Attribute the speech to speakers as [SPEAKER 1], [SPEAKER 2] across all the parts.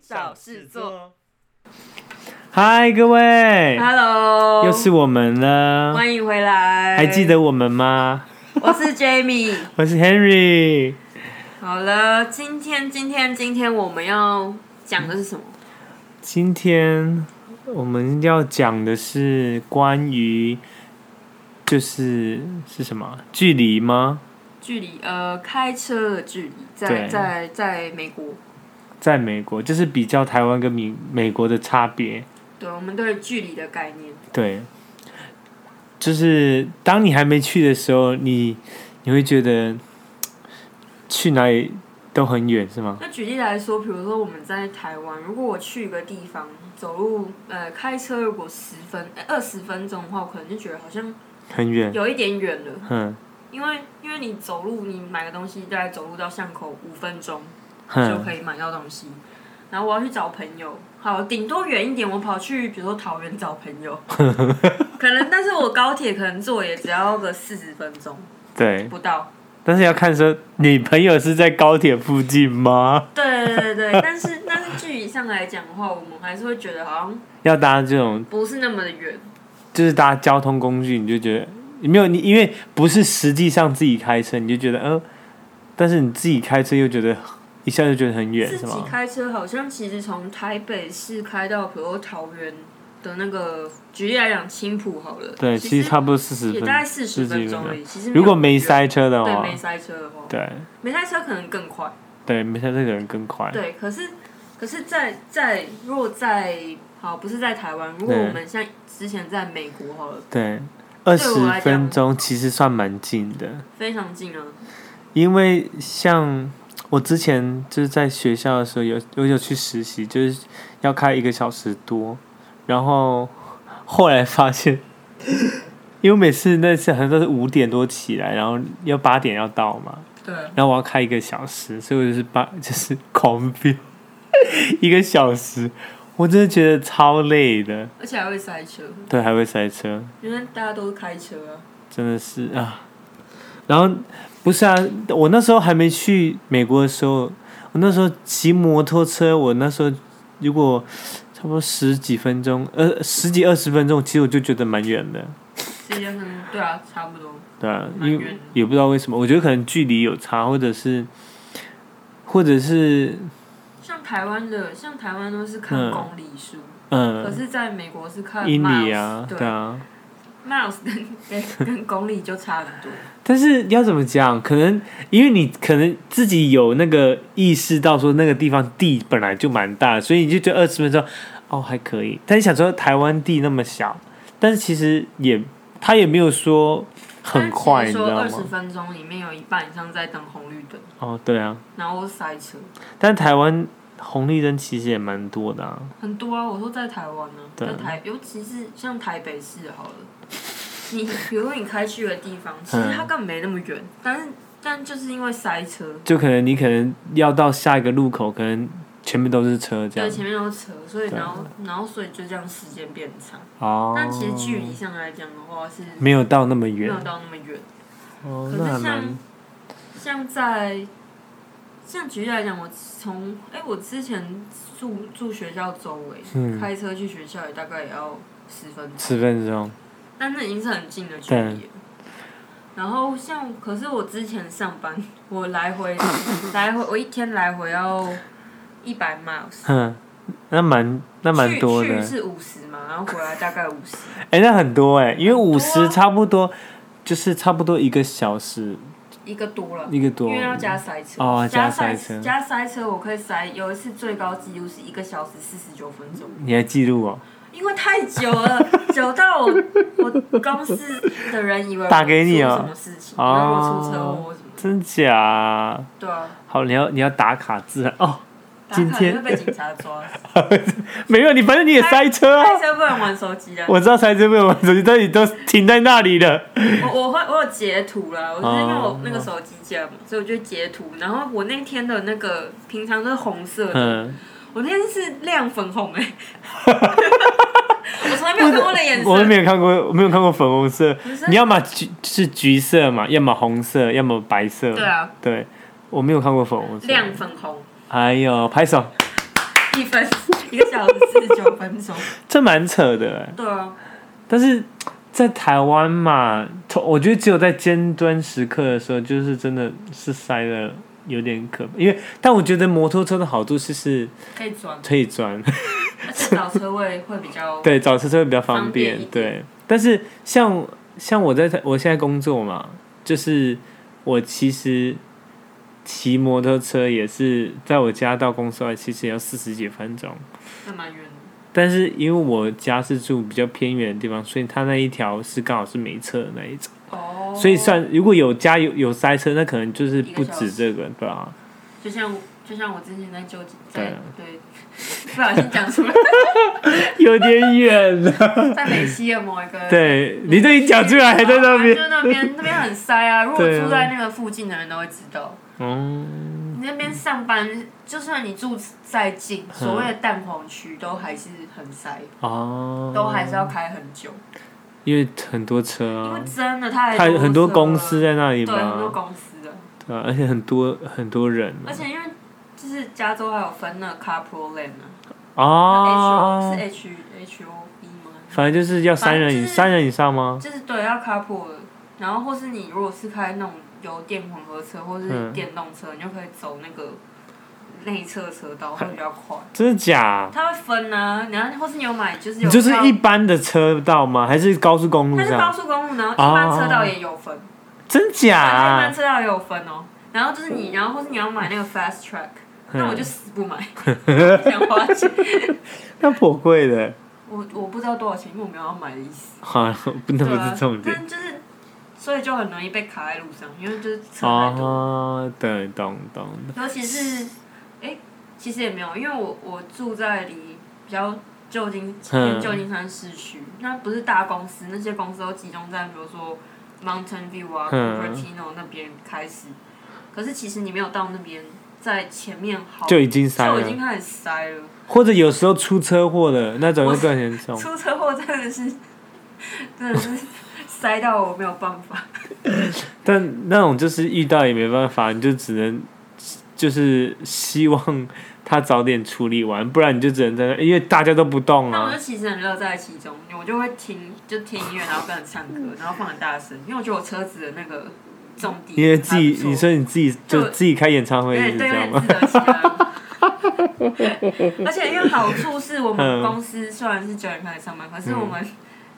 [SPEAKER 1] 找事做。。
[SPEAKER 2] 嗨，各位，
[SPEAKER 1] Hello，
[SPEAKER 2] 又是我们了，
[SPEAKER 1] 欢迎回来。
[SPEAKER 2] 还记？得我们吗？
[SPEAKER 1] 我是 Jamie。
[SPEAKER 2] 我是 Henry。
[SPEAKER 1] 好了，今天今天今天我们要讲的是什么？
[SPEAKER 2] 今天我们要讲的是关于，就是是什么距离吗？
[SPEAKER 1] 距离呃，开车的距离，在
[SPEAKER 2] 对
[SPEAKER 1] 在在美国。
[SPEAKER 2] 在美国，就是比较台湾跟美美国的差别。
[SPEAKER 1] 对，我们对距离的概念。
[SPEAKER 2] 对，就是当你还没去的时候，你你会觉得去哪里都很远，是吗？
[SPEAKER 1] 那举例来说，比如说我们在台湾，如果我去一个地方，走路呃开车如果十分呃二十分钟的话，我可能就觉得好像
[SPEAKER 2] 很远，
[SPEAKER 1] 有一点远了，
[SPEAKER 2] 嗯
[SPEAKER 1] 因为因为你走路，你买个东西大概走路到巷口五分钟就
[SPEAKER 2] 哼，
[SPEAKER 1] 可以买到东西。然后我要去找朋友，好，顶多远一点，我跑去比如说桃园找朋 友，可能，但是我高铁可能坐也只要个四十分钟
[SPEAKER 2] 对。
[SPEAKER 1] 不到，
[SPEAKER 2] 但是要看说，你朋友是在高铁附近吗？
[SPEAKER 1] 对对对 对，但是但是距离上来讲的话，我们还是会觉得好像
[SPEAKER 2] 要搭这种，
[SPEAKER 1] 不是那么的远。
[SPEAKER 2] 就是搭交通工具，你就觉得没有你，因为不是实际上自己开车，你就觉得嗯、呃但是你自己开车又觉得呃一下就觉得很远，是
[SPEAKER 1] 自己
[SPEAKER 2] 吗？
[SPEAKER 1] 开车好像其实从台北市开到比如说桃园的那个，举例来讲青浦好了，
[SPEAKER 2] 对，其
[SPEAKER 1] 其
[SPEAKER 2] 实差不多四十
[SPEAKER 1] 也
[SPEAKER 2] 分
[SPEAKER 1] 大。概四十
[SPEAKER 2] 40
[SPEAKER 1] 分钟
[SPEAKER 2] 分
[SPEAKER 1] 而已。其实有
[SPEAKER 2] 如果
[SPEAKER 1] 很
[SPEAKER 2] 没
[SPEAKER 1] 远，
[SPEAKER 2] 塞车的
[SPEAKER 1] 对，
[SPEAKER 2] 话，
[SPEAKER 1] 没塞车的话，
[SPEAKER 2] 对
[SPEAKER 1] 没塞车可能更快。
[SPEAKER 2] 对，没塞车的人更快。
[SPEAKER 1] 对，可是可是在，在如果在好不是在台湾，如果
[SPEAKER 2] 对
[SPEAKER 1] 我们像之前在美国好了，
[SPEAKER 2] 对，
[SPEAKER 1] 对
[SPEAKER 2] 二十
[SPEAKER 1] 我来讲
[SPEAKER 2] 分钟其实算蛮近的。
[SPEAKER 1] 非常近啊。
[SPEAKER 2] 因为像我之前就是在学校的时候有有有去实习，就是要开一个小时多，然后后来发现， 因为每次那次好像都是五点多起来，然后要八点要到嘛，
[SPEAKER 1] 对，
[SPEAKER 2] 然后我要开一个小时，所以我就是八就是狂飙 一个小时，我真的觉得超累的，
[SPEAKER 1] 而且还会塞车，
[SPEAKER 2] 对，还会塞车。
[SPEAKER 1] 因为大家都是开车啊。
[SPEAKER 2] 真的是啊。然后不是啊，我那时候还没去美国的时候，我那时候骑摩托车，我那时候如果差不多十几分钟，呃，十几二十分钟，其实我就觉得蛮远的，
[SPEAKER 1] 这件事情对啊，差不多。
[SPEAKER 2] 对啊，
[SPEAKER 1] 蛮
[SPEAKER 2] 因
[SPEAKER 1] 远的
[SPEAKER 2] 为也不知道为什么，我觉得可能距离有差，或者是，或者是，
[SPEAKER 1] 像台湾的，像台湾都是看
[SPEAKER 2] 嗯
[SPEAKER 1] 公里数，可
[SPEAKER 2] 嗯、
[SPEAKER 1] 是在美国是看
[SPEAKER 2] 英里
[SPEAKER 1] miles，
[SPEAKER 2] 啊，
[SPEAKER 1] 对
[SPEAKER 2] 对啊。
[SPEAKER 1] ，miles 跟跟公里就差很多。
[SPEAKER 2] 但是要怎么讲？可能因为你可能自己有那个意识到说那个地方地本来就蛮大，所以你就觉得二十分钟哦还可以。但是想说台湾地那么小，但是其实也他也没有说很快，
[SPEAKER 1] 但
[SPEAKER 2] 你
[SPEAKER 1] 是
[SPEAKER 2] 知
[SPEAKER 1] 说
[SPEAKER 2] 道
[SPEAKER 1] 二十
[SPEAKER 2] 吗？
[SPEAKER 1] 分钟里面有一半以上在等红绿灯，
[SPEAKER 2] 哦，对啊，
[SPEAKER 1] 然后塞车
[SPEAKER 2] 但台湾红绿灯其实也蛮多的、啊，
[SPEAKER 1] 很多啊。我说在台湾呢、
[SPEAKER 2] 对啊
[SPEAKER 1] 在台，尤其是像台北市好了，你 比如说你开去的地方，
[SPEAKER 2] 嗯
[SPEAKER 1] 其实它根本没那么远，但是但就是因为塞车，
[SPEAKER 2] 就可能你可能要到下一个路口，可能前面都是车这
[SPEAKER 1] 对，
[SPEAKER 2] 样。
[SPEAKER 1] 前面都是车，所以
[SPEAKER 2] 对啊
[SPEAKER 1] 然后然后所以就这样时间变长。
[SPEAKER 2] 哦，
[SPEAKER 1] 但其实距离上来讲的话是
[SPEAKER 2] 没有到那么
[SPEAKER 1] 没
[SPEAKER 2] 远
[SPEAKER 1] 有到那么远。
[SPEAKER 2] 哦
[SPEAKER 1] 可，
[SPEAKER 2] 那
[SPEAKER 1] 是
[SPEAKER 2] 还
[SPEAKER 1] 像
[SPEAKER 2] 蛮
[SPEAKER 1] 像在像举例来讲，我从哎、我之前住住学校周围，
[SPEAKER 2] 嗯
[SPEAKER 1] 开车去学校也大概也要十分钟，
[SPEAKER 2] 十分钟，
[SPEAKER 1] 但那已经是很近的距离了。然后像，可是我之前上班，我来 回来回，我一天来回要一百 miles，
[SPEAKER 2] 哼，那蛮那蛮多
[SPEAKER 1] 去
[SPEAKER 2] 的
[SPEAKER 1] 去。是五十嘛，然后回来大概五十，
[SPEAKER 2] 哎、那很多哎、因为
[SPEAKER 1] 很
[SPEAKER 2] 五
[SPEAKER 1] 多
[SPEAKER 2] 十
[SPEAKER 1] 啊
[SPEAKER 2] 差不多就是差不多一个小时
[SPEAKER 1] 一个多了。
[SPEAKER 2] 一个多
[SPEAKER 1] 因，为要加塞车，
[SPEAKER 2] 哦
[SPEAKER 1] 加
[SPEAKER 2] 加
[SPEAKER 1] 塞
[SPEAKER 2] 塞车
[SPEAKER 1] 加塞车，我可以塞有一次最高记录是一个小时四十九分钟，
[SPEAKER 2] 你还记录哦？
[SPEAKER 1] 因为太久了， 久到我我公司的人以为我
[SPEAKER 2] 打给你
[SPEAKER 1] 出
[SPEAKER 2] 啊
[SPEAKER 1] 什么事情，以为我
[SPEAKER 2] 哦
[SPEAKER 1] 出车祸或什么，
[SPEAKER 2] 真假？
[SPEAKER 1] 对啊，
[SPEAKER 2] 好，你要你要打卡自然哦。
[SPEAKER 1] 打
[SPEAKER 2] 今
[SPEAKER 1] 卡
[SPEAKER 2] 天
[SPEAKER 1] 会 被警察抓，
[SPEAKER 2] 没有你，反正你也塞车啊。
[SPEAKER 1] 开车不能玩手机啊的，我
[SPEAKER 2] 我知道塞车没有玩手机，但你都停在那里了。
[SPEAKER 1] 我会我有截图啦，我是因为我
[SPEAKER 2] 哦
[SPEAKER 1] 那个手机架嘛，所以我就截图，然后我那天的那个平常都是红色的，
[SPEAKER 2] 嗯，
[SPEAKER 1] 我那天是亮粉红 哎、我从来没有看过的颜色，
[SPEAKER 2] 我都没有看过，我没有看过粉红色
[SPEAKER 1] 不是。
[SPEAKER 2] 你要么橘是橘色嘛，要么红色，要么白色。
[SPEAKER 1] 对啊，
[SPEAKER 2] 对我没有看过粉红色。
[SPEAKER 1] 亮粉红，
[SPEAKER 2] 哎呦，拍手！
[SPEAKER 1] 一分一个小时四十九分钟。
[SPEAKER 2] 这蛮扯的欸。
[SPEAKER 1] 对啊，
[SPEAKER 2] 但是在台湾嘛，从我觉得只有在尖端时刻的时候，就是真的是塞的有点可怕。因为，但我觉得摩托车的好处就是
[SPEAKER 1] 可以转，
[SPEAKER 2] 可以钻，
[SPEAKER 1] 而且找车位会比较。
[SPEAKER 2] 对，找车车会比较方
[SPEAKER 1] 方便
[SPEAKER 2] 便，
[SPEAKER 1] 一点
[SPEAKER 2] 对。但是像像我在台我现在工作嘛，就是我其实骑摩托车也是在我家到公司外，其实也要四十几分钟。
[SPEAKER 1] 那蛮远的。
[SPEAKER 2] 但是因为我家是住比较偏远的地方，所以它那一条是刚好是没车的那一种，
[SPEAKER 1] 哦。
[SPEAKER 2] 所以算如果有家有有塞车，那可能就是
[SPEAKER 1] 一个
[SPEAKER 2] 不
[SPEAKER 1] 小
[SPEAKER 2] 止
[SPEAKER 1] 时
[SPEAKER 2] 这个，对吧、
[SPEAKER 1] 就像我就像我之前在纠结，
[SPEAKER 2] 对
[SPEAKER 1] 在
[SPEAKER 2] 啊
[SPEAKER 1] 对，不小心讲出来，
[SPEAKER 2] 有点远了，
[SPEAKER 1] 在美西的某一个。
[SPEAKER 2] 对你都已经讲出来，还在 那边，
[SPEAKER 1] 啊就那边，那边很塞 啊！如果
[SPEAKER 2] 对啊
[SPEAKER 1] 住在那个附近的人都会知道，
[SPEAKER 2] 嗯，
[SPEAKER 1] 你那边上班，就算你住再近，
[SPEAKER 2] 嗯
[SPEAKER 1] 所谓的蛋黄区都还是很塞，
[SPEAKER 2] 哦，
[SPEAKER 1] 都还是要开很久。
[SPEAKER 2] 因为很多车
[SPEAKER 1] 因为
[SPEAKER 2] 啊，
[SPEAKER 1] 真的太
[SPEAKER 2] 它
[SPEAKER 1] 多
[SPEAKER 2] 很多
[SPEAKER 1] 车
[SPEAKER 2] 公司
[SPEAKER 1] 了
[SPEAKER 2] 在那里
[SPEAKER 1] 对很多
[SPEAKER 2] 嘛，
[SPEAKER 1] 公司的，
[SPEAKER 2] 对啊，而且很多很多人
[SPEAKER 1] 而且因为就是加州还有分那个 carpool lane 呢、
[SPEAKER 2] 啊，
[SPEAKER 1] 那
[SPEAKER 2] 哦
[SPEAKER 1] H O 是 H H O B 吗？
[SPEAKER 2] 反正就是要三人
[SPEAKER 1] 反正
[SPEAKER 2] 以
[SPEAKER 1] 就是
[SPEAKER 2] 三人以上吗？
[SPEAKER 1] 就是对要 carpool，的然后或是你如果是开那种油电混合车或是
[SPEAKER 2] 嗯
[SPEAKER 1] 电动车，你就可以走那个内侧车道
[SPEAKER 2] 哎
[SPEAKER 1] 会比较快。
[SPEAKER 2] 真的假？
[SPEAKER 1] 它会分啊，然后或是你有买就是
[SPEAKER 2] 你
[SPEAKER 1] 有
[SPEAKER 2] 就是
[SPEAKER 1] 票
[SPEAKER 2] 一般的车道吗？还是高速公路
[SPEAKER 1] 它
[SPEAKER 2] 上？哦
[SPEAKER 1] 是高速公路，然后一般车道也有分，
[SPEAKER 2] 真假、
[SPEAKER 1] 而且一般
[SPEAKER 2] 啊？
[SPEAKER 1] 车道也有分哦。然后就是你，然后或是你要买那个 fast track，那
[SPEAKER 2] 嗯
[SPEAKER 1] 我就死 不买，想花钱。
[SPEAKER 2] 那颇贵的，
[SPEAKER 1] 我我不知道多少钱，因为我没有要买的意思。
[SPEAKER 2] 好，不那
[SPEAKER 1] 对
[SPEAKER 2] 不
[SPEAKER 1] 啊
[SPEAKER 2] 是重点。
[SPEAKER 1] 但就是，所以就很容易被卡在路上，因为就是车太多，
[SPEAKER 2] 哦，对，懂懂。
[SPEAKER 1] 尤其是，哎、其实也没有，因为我我住在离比较旧金
[SPEAKER 2] 嗯
[SPEAKER 1] 旧金山市区，那不是大公司，那些公司都集中在比如说 Mountain View 啊、
[SPEAKER 2] 嗯
[SPEAKER 1] Cupertino 那边开始，可是其实你没有到那边，在前面好
[SPEAKER 2] 就已经塞
[SPEAKER 1] 就已
[SPEAKER 2] 了
[SPEAKER 1] 经，开始塞了。
[SPEAKER 2] 或者有时候出车祸的那种会更严重。
[SPEAKER 1] 出车祸真的是，真的是塞到我没有办法。
[SPEAKER 2] 但那种就是遇到也没办法，你就只能就是希望他早点处理完，不然你就只能在那，因为大家都不动
[SPEAKER 1] 那我
[SPEAKER 2] 啊
[SPEAKER 1] 就。其实很乐在其中，我就会听就听音乐，然后跟着唱歌，然后放很大声，因为我觉得我车子的那个重低
[SPEAKER 2] 因为自己
[SPEAKER 1] 还不错
[SPEAKER 2] 你说你自己就
[SPEAKER 1] 就
[SPEAKER 2] 自己开演唱
[SPEAKER 1] 有
[SPEAKER 2] 会
[SPEAKER 1] 点
[SPEAKER 2] 是这
[SPEAKER 1] 对，有
[SPEAKER 2] 样
[SPEAKER 1] 点
[SPEAKER 2] 吗？
[SPEAKER 1] 自得其乐。而且因为好处是我
[SPEAKER 2] 嗯
[SPEAKER 1] 们公司虽然是九点开始上班，可是我们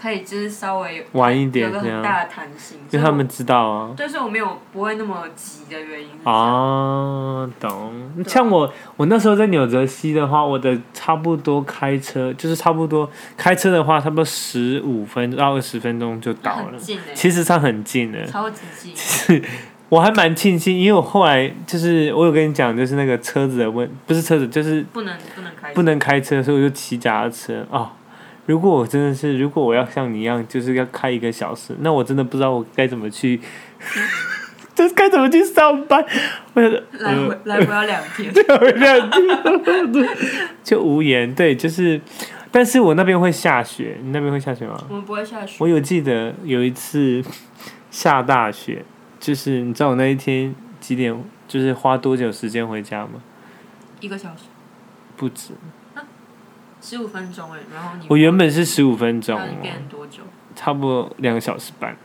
[SPEAKER 1] 可以就是稍微
[SPEAKER 2] 晚一
[SPEAKER 1] 有
[SPEAKER 2] 点
[SPEAKER 1] 个
[SPEAKER 2] 这
[SPEAKER 1] 很
[SPEAKER 2] 样，
[SPEAKER 1] 大的弹性，
[SPEAKER 2] 因
[SPEAKER 1] 所以
[SPEAKER 2] 为
[SPEAKER 1] 我
[SPEAKER 2] 他们知道啊。
[SPEAKER 1] 对，所以我没有不会那么急的原因是这样。
[SPEAKER 2] 哦，懂。
[SPEAKER 1] 对啊
[SPEAKER 2] 像我，我那时候在纽泽西的话，我的差不多开车就是差不多开车的话，差不多十五分到二十分钟就
[SPEAKER 1] 那
[SPEAKER 2] 到了
[SPEAKER 1] 很，近哎、
[SPEAKER 2] 其实上很近的。
[SPEAKER 1] 超级近，
[SPEAKER 2] 我还蛮庆幸，因为我后来就是我有跟你讲，就是那个车子的问，不是车子，就是
[SPEAKER 1] 不能不能开车，
[SPEAKER 2] 不能开车，所以我就骑脚踏车哦。如果我真的是，如果我要像你一样，就是要开一个小时，那我真的不知道我该怎么去， 就是该怎么去上班。我想说
[SPEAKER 1] 来回来回要两天。
[SPEAKER 2] 就无言，对，就是，但是我那边会下雪，你那边会下雪吗？
[SPEAKER 1] 我们不会下雪，
[SPEAKER 2] 我有记得有一次下大雪，就是你知道我那一天几点，就是花多久时间回家吗？
[SPEAKER 1] 一个小时
[SPEAKER 2] 不止，
[SPEAKER 1] 十五分钟哎、然后你
[SPEAKER 2] 我原本是十五分钟
[SPEAKER 1] 那你
[SPEAKER 2] 哦，
[SPEAKER 1] 变成多久？
[SPEAKER 2] 差不多两个小时半，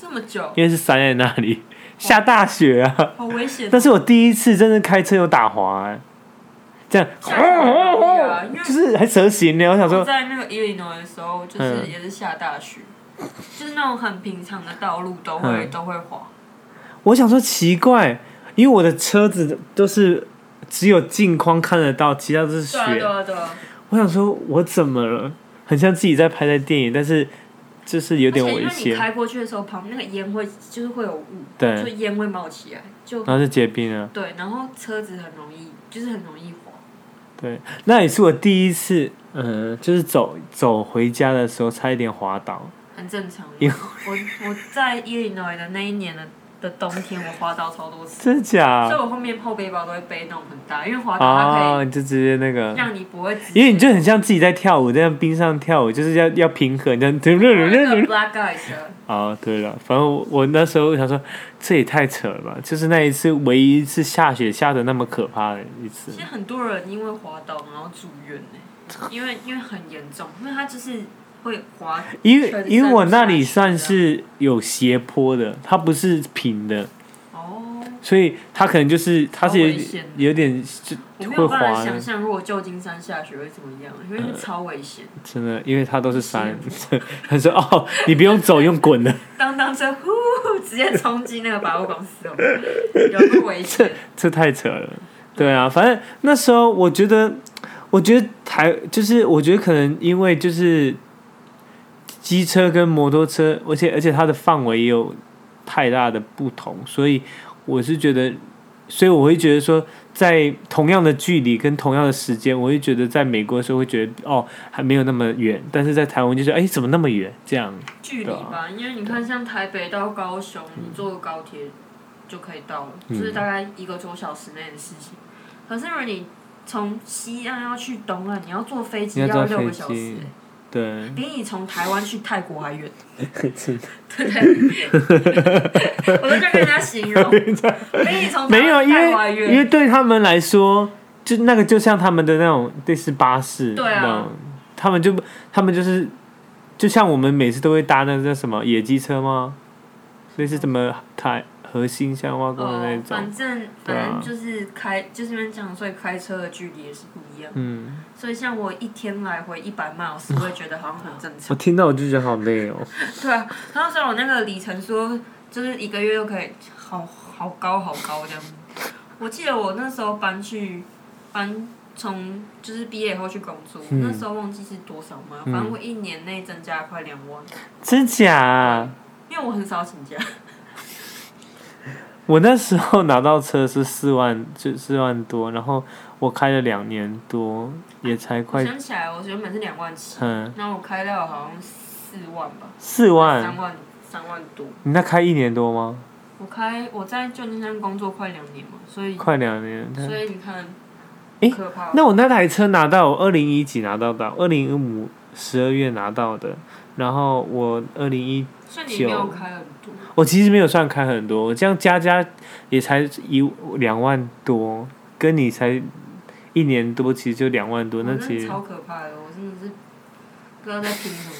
[SPEAKER 1] 这么久，
[SPEAKER 2] 因为是塞在那里，下大雪啊！
[SPEAKER 1] 好危险！
[SPEAKER 2] 但是我第一次真的开车有打滑、哎这样，
[SPEAKER 1] 下雪很容易啊因为
[SPEAKER 2] 就是还蛇形呢。我想
[SPEAKER 1] 我
[SPEAKER 2] 说，
[SPEAKER 1] 在那个伊利诺的时候，就是
[SPEAKER 2] 嗯
[SPEAKER 1] 也是下大雪，就是那种很平常的道路都会
[SPEAKER 2] 嗯
[SPEAKER 1] 都会滑，
[SPEAKER 2] 我想说奇怪，因为我的车子都是只有镜框看得到，其他都是雪。
[SPEAKER 1] 对啊对啊对啊，
[SPEAKER 2] 我想说，我怎么了？很像自己在拍在电影，但是就是有点
[SPEAKER 1] 而且因
[SPEAKER 2] 危
[SPEAKER 1] 为你
[SPEAKER 2] 险。
[SPEAKER 1] 开过去的时候，旁那个烟会就是会有雾，
[SPEAKER 2] 对，嗯
[SPEAKER 1] 就烟会冒起来，就
[SPEAKER 2] 然后就结冰了。
[SPEAKER 1] 对，然后车子很容易就是很容易滑，
[SPEAKER 2] 对，那也是我第一次，嗯、就是走走回家的时候差一点滑倒。
[SPEAKER 1] 很正常。
[SPEAKER 2] 因为
[SPEAKER 1] 我我在伊利诺的那一年的的冬天，我滑倒超多次，
[SPEAKER 2] 真假
[SPEAKER 1] 所以？我后面后背包都会背那种很大，因为滑倒它可
[SPEAKER 2] 哦，你就直接那个
[SPEAKER 1] 以，让你不会直接
[SPEAKER 2] 因为你就很像自己在跳舞，在那冰上跳舞，就是要要平衡，这样噔噔噔噔噔。
[SPEAKER 1] 那个 black eyes 的
[SPEAKER 2] 啊，对了，反正我我那时候想说，这也太扯了吧！就是那一次唯一一次下雪下的那么可怕的一次
[SPEAKER 1] 其，实很多人因为滑倒然后住院呢、因为因为很严重，因为他就是会滑，
[SPEAKER 2] 因为因为我那里
[SPEAKER 1] 全身
[SPEAKER 2] 算
[SPEAKER 1] 下雪
[SPEAKER 2] 是有斜坡的，它不是平的，
[SPEAKER 1] 哦，
[SPEAKER 2] 所以它可能就是它是
[SPEAKER 1] 好
[SPEAKER 2] 有
[SPEAKER 1] 危
[SPEAKER 2] 点
[SPEAKER 1] 险啊
[SPEAKER 2] 有点就
[SPEAKER 1] 我没
[SPEAKER 2] 会
[SPEAKER 1] 有办法
[SPEAKER 2] 滑的
[SPEAKER 1] 想象如果旧金山下雪会怎么样，因为那超危 险，
[SPEAKER 2] 真的，因为它都是山。 他说哦，你不用走，用滚的，
[SPEAKER 1] 当当车呼直接冲击那个百货公司哦，有多危险？
[SPEAKER 2] 这太扯了。对啊，反正那时候我觉得，我觉得台就是我觉得可能因为就是机车跟摩托车，而且而且它的范围也有太大的不同，所以我是觉得，所以我会觉得说，在同样的距离跟同样的时间，我会觉得在美国的时候会觉得哦还没有那么远，但是在台湾就是哎怎么那么远这样。
[SPEAKER 1] 距离
[SPEAKER 2] 啊
[SPEAKER 1] 吧，因为你看像台北到高雄，你坐个高铁就可以到了，
[SPEAKER 2] 嗯
[SPEAKER 1] 就是大概一个多小时内的事情。可是如果你从西岸要去东岸，你要坐飞机
[SPEAKER 2] 你要坐
[SPEAKER 1] 要六
[SPEAKER 2] 飞
[SPEAKER 1] 个小时、
[SPEAKER 2] 机
[SPEAKER 1] 欸
[SPEAKER 2] 对，
[SPEAKER 1] 比你从台湾去泰国还 远，
[SPEAKER 2] 真的
[SPEAKER 1] 对不对？ 我都在跟人家形 容，比你从
[SPEAKER 2] 没
[SPEAKER 1] 台
[SPEAKER 2] 有，
[SPEAKER 1] 湾去
[SPEAKER 2] 因
[SPEAKER 1] 泰国还
[SPEAKER 2] 为因
[SPEAKER 1] 远。
[SPEAKER 2] 为对他们来说，就那个就像他们的那种类似巴士，
[SPEAKER 1] 对啊
[SPEAKER 2] 那种，他们就他们就是，就像我们每次都会搭那个叫什么野鸡车吗？类似什么台核心像挖沟的那
[SPEAKER 1] 哦，
[SPEAKER 2] 种，
[SPEAKER 1] 反正
[SPEAKER 2] 对
[SPEAKER 1] 反
[SPEAKER 2] 啊
[SPEAKER 1] 正就是开，就是因为这样，所以开车的距离也是不一样。
[SPEAKER 2] 嗯，
[SPEAKER 1] 所以像我一天来回一百 miles，我也觉得好像很正常
[SPEAKER 2] 我。听到我就觉得好累哦。
[SPEAKER 1] 对啊，然后虽然我那个里程说就是一个月都可以好好高好高这样，我记得我那时候搬去搬从就是毕业以后去工作，
[SPEAKER 2] 嗯
[SPEAKER 1] 那时候忘记是多少嘛，
[SPEAKER 2] 嗯
[SPEAKER 1] 反正我一年内增加快两万，
[SPEAKER 2] 真假啊？
[SPEAKER 1] 因为我很少请假，
[SPEAKER 2] 我那时候拿到车是四万，就四万多，然后我开了两年多，也才
[SPEAKER 1] 我
[SPEAKER 2] 快，
[SPEAKER 1] 想起来我原本是两万七，
[SPEAKER 2] 嗯，
[SPEAKER 1] 那我开到好像四万吧，
[SPEAKER 2] 四万
[SPEAKER 1] 三，万三万多，
[SPEAKER 2] 你那开一年多吗？
[SPEAKER 1] 我开我在旧金山工作快两年嘛，所以
[SPEAKER 2] 快两年，
[SPEAKER 1] 所以你看，
[SPEAKER 2] 诶
[SPEAKER 1] 可怕。
[SPEAKER 2] 那我那台车拿到，我二零一几拿到的，二零一五十二月拿到的。然后我二零一，
[SPEAKER 1] 所以你没
[SPEAKER 2] 九
[SPEAKER 1] 有开很多，
[SPEAKER 2] 我其实没有算开很多，我这样加加也才一两万多，跟你才一年多，其实就两万多，
[SPEAKER 1] 我
[SPEAKER 2] 那
[SPEAKER 1] 真
[SPEAKER 2] 其
[SPEAKER 1] 的
[SPEAKER 2] 实
[SPEAKER 1] 哦超可怕的，我真的是不知道在拼什么。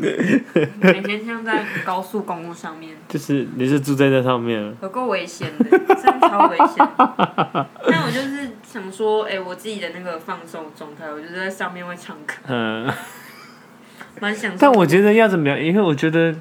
[SPEAKER 1] 每天像在高速公路上面，
[SPEAKER 2] 就是你是住在那上面了。
[SPEAKER 1] 有够危险的，真的超危险。但我就是想说，哎、我自己的那个放松状态，我就是在上面会唱歌，
[SPEAKER 2] 嗯，
[SPEAKER 1] 蛮享受。
[SPEAKER 2] 但我觉得要怎么样？因为我觉得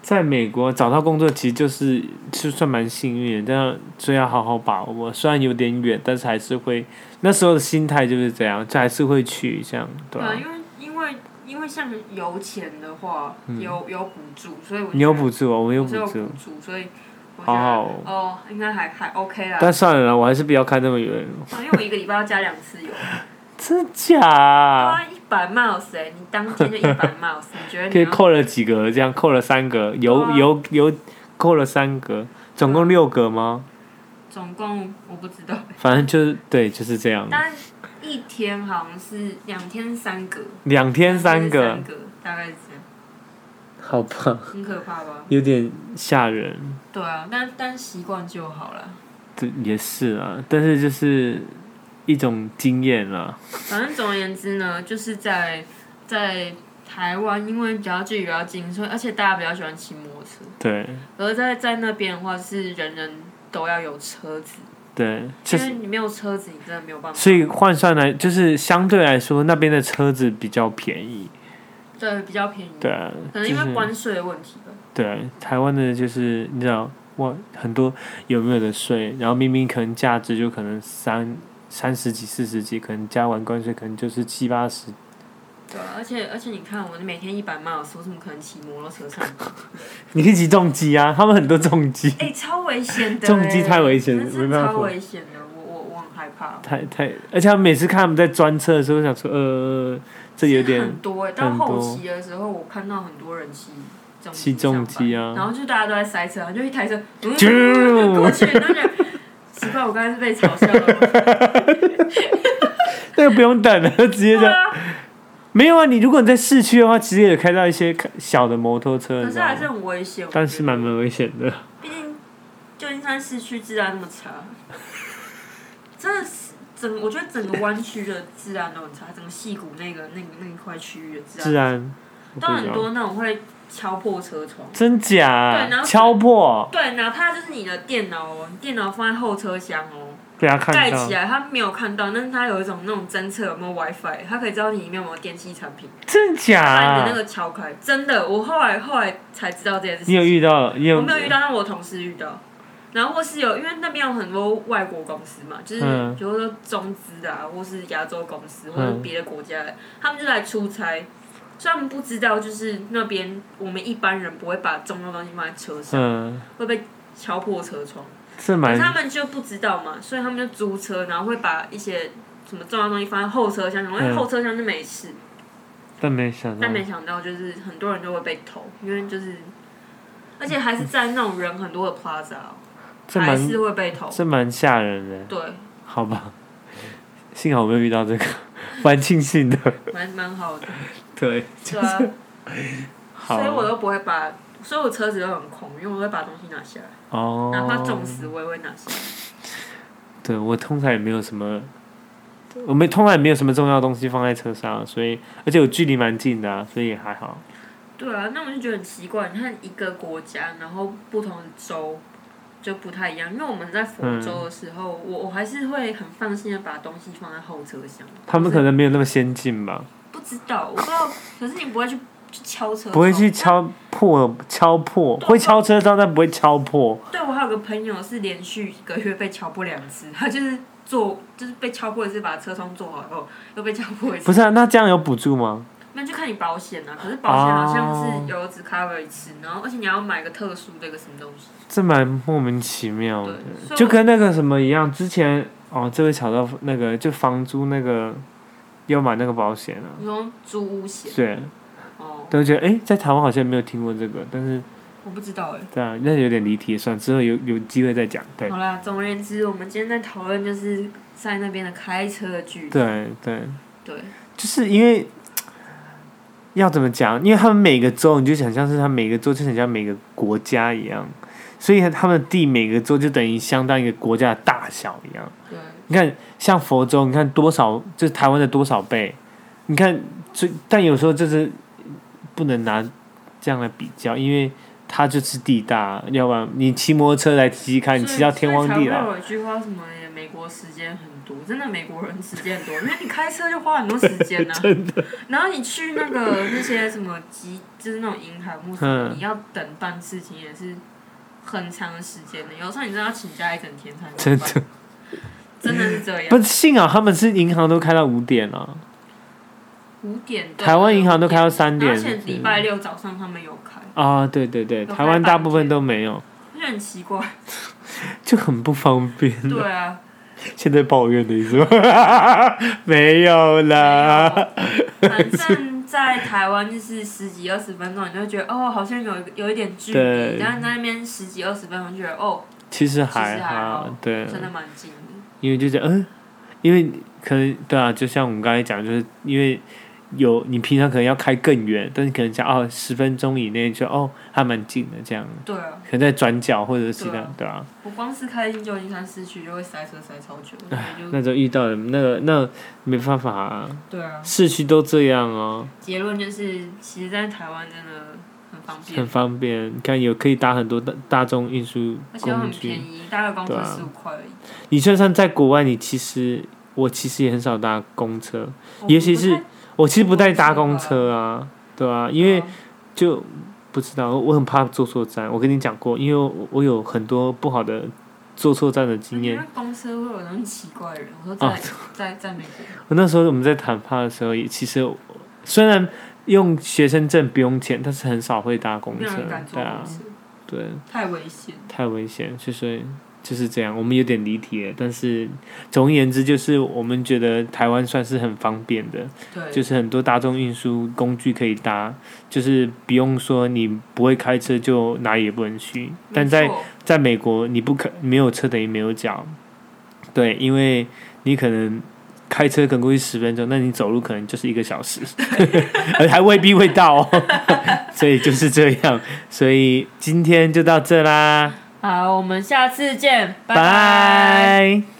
[SPEAKER 2] 在美国找到工作其实就是就算蛮幸运的，但要所以要好好把握。虽然有点远，但是还是会那时候的心态就是这样，就还是会去这样，
[SPEAKER 1] 对
[SPEAKER 2] 对吧、
[SPEAKER 1] 啊，因为因为因为像油钱的话，有有补助，所以我
[SPEAKER 2] 嗯你有
[SPEAKER 1] 觉
[SPEAKER 2] 补助哦，
[SPEAKER 1] 得
[SPEAKER 2] 我没有
[SPEAKER 1] 我
[SPEAKER 2] 补
[SPEAKER 1] 是有
[SPEAKER 2] 助，
[SPEAKER 1] 补助，所以我觉
[SPEAKER 2] 好
[SPEAKER 1] 得
[SPEAKER 2] 好哦。
[SPEAKER 1] 哦，应该还还 OK 啦。
[SPEAKER 2] 但算了啦，我还是不要开那么远。
[SPEAKER 1] 啊因为我一个礼拜要加两次油。啊
[SPEAKER 2] 真假？
[SPEAKER 1] 花一百 miles 哎、你当天就一 百 miles，你觉得
[SPEAKER 2] 可
[SPEAKER 1] 你
[SPEAKER 2] 以
[SPEAKER 1] 要
[SPEAKER 2] 扣了几格？这样扣了三格，油
[SPEAKER 1] 对啊
[SPEAKER 2] 油油扣了三格，总共六格吗？
[SPEAKER 1] 总共我不知道，
[SPEAKER 2] 反正就是对，就是这样，
[SPEAKER 1] 但一天好像是两天三个，
[SPEAKER 2] 两天三
[SPEAKER 1] 个
[SPEAKER 2] 个，，
[SPEAKER 1] 大概是这样，
[SPEAKER 2] 好吧，
[SPEAKER 1] 很可怕吧？
[SPEAKER 2] 有点吓人。
[SPEAKER 1] 对啊，但但习惯就好了，
[SPEAKER 2] 这也是啊，但是就是一种经验啊啦。
[SPEAKER 1] 反正总而言之呢，就是在在。台湾因为比较距离比较近，所以而且大家比较喜欢骑摩托车。
[SPEAKER 2] 对
[SPEAKER 1] 而在在那边的话，是人人都要有车子，
[SPEAKER 2] 对，就
[SPEAKER 1] 因
[SPEAKER 2] 是
[SPEAKER 1] 为你没有车子，你真的没有办法。
[SPEAKER 2] 所以换算来，就是相对来说，那边的车子比较便宜。
[SPEAKER 1] 对，比较便宜。
[SPEAKER 2] 对啊，
[SPEAKER 1] 可能因为关税的问题吧。
[SPEAKER 2] 对啊，台湾的就是你知道，哇，很多有没有的税，然后明明可能价值就可能三三十几、四十几，可能加完关税可能就是七八十。
[SPEAKER 1] 对啊，而且而且你看，我每天一百迈，我怎么可能骑摩托车 上班？
[SPEAKER 2] 你可以骑重机啊，他们很多重机，
[SPEAKER 1] 哎、超危险的、欸！
[SPEAKER 2] 重机太危险了
[SPEAKER 1] 真是
[SPEAKER 2] 没办法
[SPEAKER 1] 超危险的，我我我很害怕。
[SPEAKER 2] 太太，而且他们每次看他们在专车的时候，想说呃，这有
[SPEAKER 1] 是
[SPEAKER 2] 点
[SPEAKER 1] 很多哎、
[SPEAKER 2] 很
[SPEAKER 1] 到后
[SPEAKER 2] 多
[SPEAKER 1] 期的时候，我看到很多人骑重
[SPEAKER 2] 起重
[SPEAKER 1] 上班
[SPEAKER 2] 机啊
[SPEAKER 1] 然后就大家都在塞车，就一台车，嗯，
[SPEAKER 2] 啾
[SPEAKER 1] 过去，然后就 奇怪，我刚才是被嘲笑 了，
[SPEAKER 2] 那个不用等了，直接
[SPEAKER 1] 对
[SPEAKER 2] 的。
[SPEAKER 1] 啊，
[SPEAKER 2] 没有啊，你如果你在市区的话，其实也开到一些小的摩托
[SPEAKER 1] 可
[SPEAKER 2] 车，你知
[SPEAKER 1] 是
[SPEAKER 2] 道
[SPEAKER 1] 还是
[SPEAKER 2] 吗？
[SPEAKER 1] 很危险，我
[SPEAKER 2] 但
[SPEAKER 1] 觉
[SPEAKER 2] 是
[SPEAKER 1] 得
[SPEAKER 2] 蛮蛮危险的。
[SPEAKER 1] 毕竟旧金山市区治安那么差， 真的是整我觉得整个湾区的治安都很差，整个戏谷那个那个那一块区域的治安，
[SPEAKER 2] 治安，我
[SPEAKER 1] 都
[SPEAKER 2] 不啊知
[SPEAKER 1] 很
[SPEAKER 2] 道，
[SPEAKER 1] 多那种会敲破车窗。
[SPEAKER 2] 真假啊
[SPEAKER 1] 对然后
[SPEAKER 2] 敲破，
[SPEAKER 1] 对，哪怕就是你的电脑哦，你电脑放在后车厢哦，
[SPEAKER 2] 被他看
[SPEAKER 1] 盖
[SPEAKER 2] 到
[SPEAKER 1] 起，来，他没有看到，但是他有一种那种侦测有没有 WiFi，他可以知道你里面有没有电器产品，
[SPEAKER 2] 真假
[SPEAKER 1] 把你的那
[SPEAKER 2] 啊？
[SPEAKER 1] 个敲开。真的，我后来后来才知道这件事
[SPEAKER 2] 你
[SPEAKER 1] 情。
[SPEAKER 2] 有遇到？你有
[SPEAKER 1] 我没有遇到，但我同事遇到。然后或是有，因为那边有很多外国公司嘛，就是
[SPEAKER 2] 嗯
[SPEAKER 1] 比如说中资的啊，或是亚洲公司，或
[SPEAKER 2] 嗯
[SPEAKER 1] 者别的国家的，他们就来出差，所以他们不知道，就是那边我们一般人不会把重要东西放在车上，
[SPEAKER 2] 嗯，
[SPEAKER 1] 会被敲破车窗。
[SPEAKER 2] 这
[SPEAKER 1] 可是他
[SPEAKER 2] 蛮
[SPEAKER 1] 们就不知道嘛，所以他们就租车，然后会把一些什么重要东西放在后车厢，然后因为
[SPEAKER 2] 嗯
[SPEAKER 1] 后车厢就没事。
[SPEAKER 2] 但没想到
[SPEAKER 1] 但，没想到就是很多人就会被偷，因为就是，而且
[SPEAKER 2] 嗯
[SPEAKER 1] 还是在那种人很多的 plaza，、哦、
[SPEAKER 2] 这
[SPEAKER 1] 还
[SPEAKER 2] 蛮
[SPEAKER 1] 是会被偷。
[SPEAKER 2] 这蛮吓人的，
[SPEAKER 1] 对，
[SPEAKER 2] 好吧？幸好我没有遇到这个，蛮庆幸的。
[SPEAKER 1] 蛮蛮好 的，
[SPEAKER 2] 对，
[SPEAKER 1] 对啊，
[SPEAKER 2] 好啊
[SPEAKER 1] 所以我都不会把，所以我车子都很空，因为我会把东西拿下来，
[SPEAKER 2] 哦，
[SPEAKER 1] 哪怕重死我也会拿下来。
[SPEAKER 2] 对我通常也没有什么，我们通常也没有什么重要的东西放在车上，所以而且我距离蛮近的、啊，所以也还好。
[SPEAKER 1] 对啊，那我就觉得很奇怪，你看一个国家，然后不同的州就不太一样，因为我们在佛州的时候，
[SPEAKER 2] 嗯
[SPEAKER 1] 我我还是会很放心的把东西放在后车厢。
[SPEAKER 2] 他们可能没有那么先进吧，
[SPEAKER 1] 不知道，我不知道，可是你不会去去敲车窗，
[SPEAKER 2] 不会去敲破敲破，会敲车窗但不会敲破。
[SPEAKER 1] 对我还有个朋友是连续一个月被敲破两次，他就是坐就是被敲破一次，把车窗做好以后又被敲破一次。
[SPEAKER 2] 不是啊，那这样有补助吗？
[SPEAKER 1] 那就看你保险啊，可是保险好
[SPEAKER 2] 哦
[SPEAKER 1] 像是有只 cover 一次，然后而且你要买个特殊的一个什么东西。
[SPEAKER 2] 这蛮莫名其妙的，
[SPEAKER 1] 对，
[SPEAKER 2] 哦就
[SPEAKER 1] 所以
[SPEAKER 2] 跟那个什么一样，之前哦，这位吵到那个就房租那个，要买那个保险啊
[SPEAKER 1] 我，你说租屋险
[SPEAKER 2] 对，
[SPEAKER 1] 哦，
[SPEAKER 2] 都觉得哎、诶在台湾好像没有听过这个，但是
[SPEAKER 1] 我不知道哎、
[SPEAKER 2] 对啊，那有点离题，算了之后有有机会再讲，对。
[SPEAKER 1] 好啦，总而言之，我们今天在讨论就是在那边的开车的距离。
[SPEAKER 2] 对对，
[SPEAKER 1] 对，
[SPEAKER 2] 就是因为要怎么讲？因为他们每个州，你就想象是他每个州就很像每个国家一样，所以他们的地每个州就等于相当于一个国家的大小一样。
[SPEAKER 1] 对，
[SPEAKER 2] 你看，像佛州，你看多少，就是台湾的多少倍？你看，所以但有时候就是不能拿这样来比较，因为它就是地大，要不然你骑摩托车来骑骑看，你骑到天荒地
[SPEAKER 1] 所以才
[SPEAKER 2] 老。
[SPEAKER 1] 会有一句话什么耶美国时间很多，真的美国人时间很多，因为你开车就花很多时 间呐、然后你去那个那些什么集，就是那种银行或什么，
[SPEAKER 2] 嗯
[SPEAKER 1] 你要等办事情也是很长的时间的。有时候你真的要请假一整天才能
[SPEAKER 2] 真
[SPEAKER 1] 办，真的是这样
[SPEAKER 2] 不。是幸好他们是银行都开到五点了、
[SPEAKER 1] 五点对
[SPEAKER 2] 台湾银行都开到三点
[SPEAKER 1] 而且礼拜六早上他们有开，
[SPEAKER 2] 啊，对对对，
[SPEAKER 1] 有开
[SPEAKER 2] 台湾大部分都没有，
[SPEAKER 1] 而且很奇 怪。
[SPEAKER 2] 就很不方便。
[SPEAKER 1] 对啊，
[SPEAKER 2] 现在抱怨的意思吗？ 没有啦，
[SPEAKER 1] 没有反正在台湾就是十几二十分钟，你就会觉得哦，好像有一个有一点距
[SPEAKER 2] 对
[SPEAKER 1] 离，但是在那边十几二十分钟，觉得哦，
[SPEAKER 2] 其实
[SPEAKER 1] 其
[SPEAKER 2] 还
[SPEAKER 1] 实还好
[SPEAKER 2] 对，
[SPEAKER 1] 真的蛮近的。
[SPEAKER 2] 因为就觉得嗯、因为可能对啊，就像我们刚才讲，就是因为有你平常可能要开更远，但是可能想哦十分钟以内就哦还蛮近的这样，
[SPEAKER 1] 对啊，
[SPEAKER 2] 可能在转角或者是其
[SPEAKER 1] 对
[SPEAKER 2] 他
[SPEAKER 1] 啊
[SPEAKER 2] 对啊，
[SPEAKER 1] 我光是开进旧金山市区就会塞车塞超久，所以就
[SPEAKER 2] 那时候遇到的那个那没办法、啊，
[SPEAKER 1] 对啊。
[SPEAKER 2] 市区都这样哦、
[SPEAKER 1] 结论就是，其实，在台湾真的很方
[SPEAKER 2] 很
[SPEAKER 1] 便，
[SPEAKER 2] 方便，你看有可以搭很多大大众运输
[SPEAKER 1] 而且又
[SPEAKER 2] 工
[SPEAKER 1] 很便
[SPEAKER 2] 具。
[SPEAKER 1] 宜，大概公
[SPEAKER 2] 对
[SPEAKER 1] 车
[SPEAKER 2] 啊
[SPEAKER 1] 十五块而已。
[SPEAKER 2] 你就算在国外，你其实我其实也很少搭公车，
[SPEAKER 1] 我
[SPEAKER 2] 啊尤其
[SPEAKER 1] 不
[SPEAKER 2] 是
[SPEAKER 1] 太
[SPEAKER 2] 我其实不太搭
[SPEAKER 1] 我不
[SPEAKER 2] 公
[SPEAKER 1] 知道
[SPEAKER 2] 车啊，对啊，因为
[SPEAKER 1] 懂
[SPEAKER 2] 就不知道，我很怕坐错站。我跟你讲过，因为我我有很多不好的坐错站的经验
[SPEAKER 1] 因。为公车会有那种奇怪的人，我说在、
[SPEAKER 2] 哦
[SPEAKER 1] 在在美国，
[SPEAKER 2] 我那时候我们在谈判的时候，也其实我虽然用学生证不用钱，但是很少会搭公
[SPEAKER 1] 没有
[SPEAKER 2] 车
[SPEAKER 1] 人敢，坐
[SPEAKER 2] 对啊
[SPEAKER 1] 公，车，
[SPEAKER 2] 对，
[SPEAKER 1] 太危险。
[SPEAKER 2] 太危险，就是就是这样，我们有点离题了，但是总而言之，就是我们觉得台湾算是很方便的，
[SPEAKER 1] 对，
[SPEAKER 2] 就是很多大众运输工具可以搭，就是不用说你不会开车就哪里也不能去。但在
[SPEAKER 1] 没错
[SPEAKER 2] 在美国，你不可没有车等于没有脚，对，因为你可能开车可能过去十分钟，那你走路可能就是一个小 时，而还未必会到、哦， 所以就是这样，所以今天就到这啦，
[SPEAKER 1] 好，我们下次见，拜
[SPEAKER 2] 拜。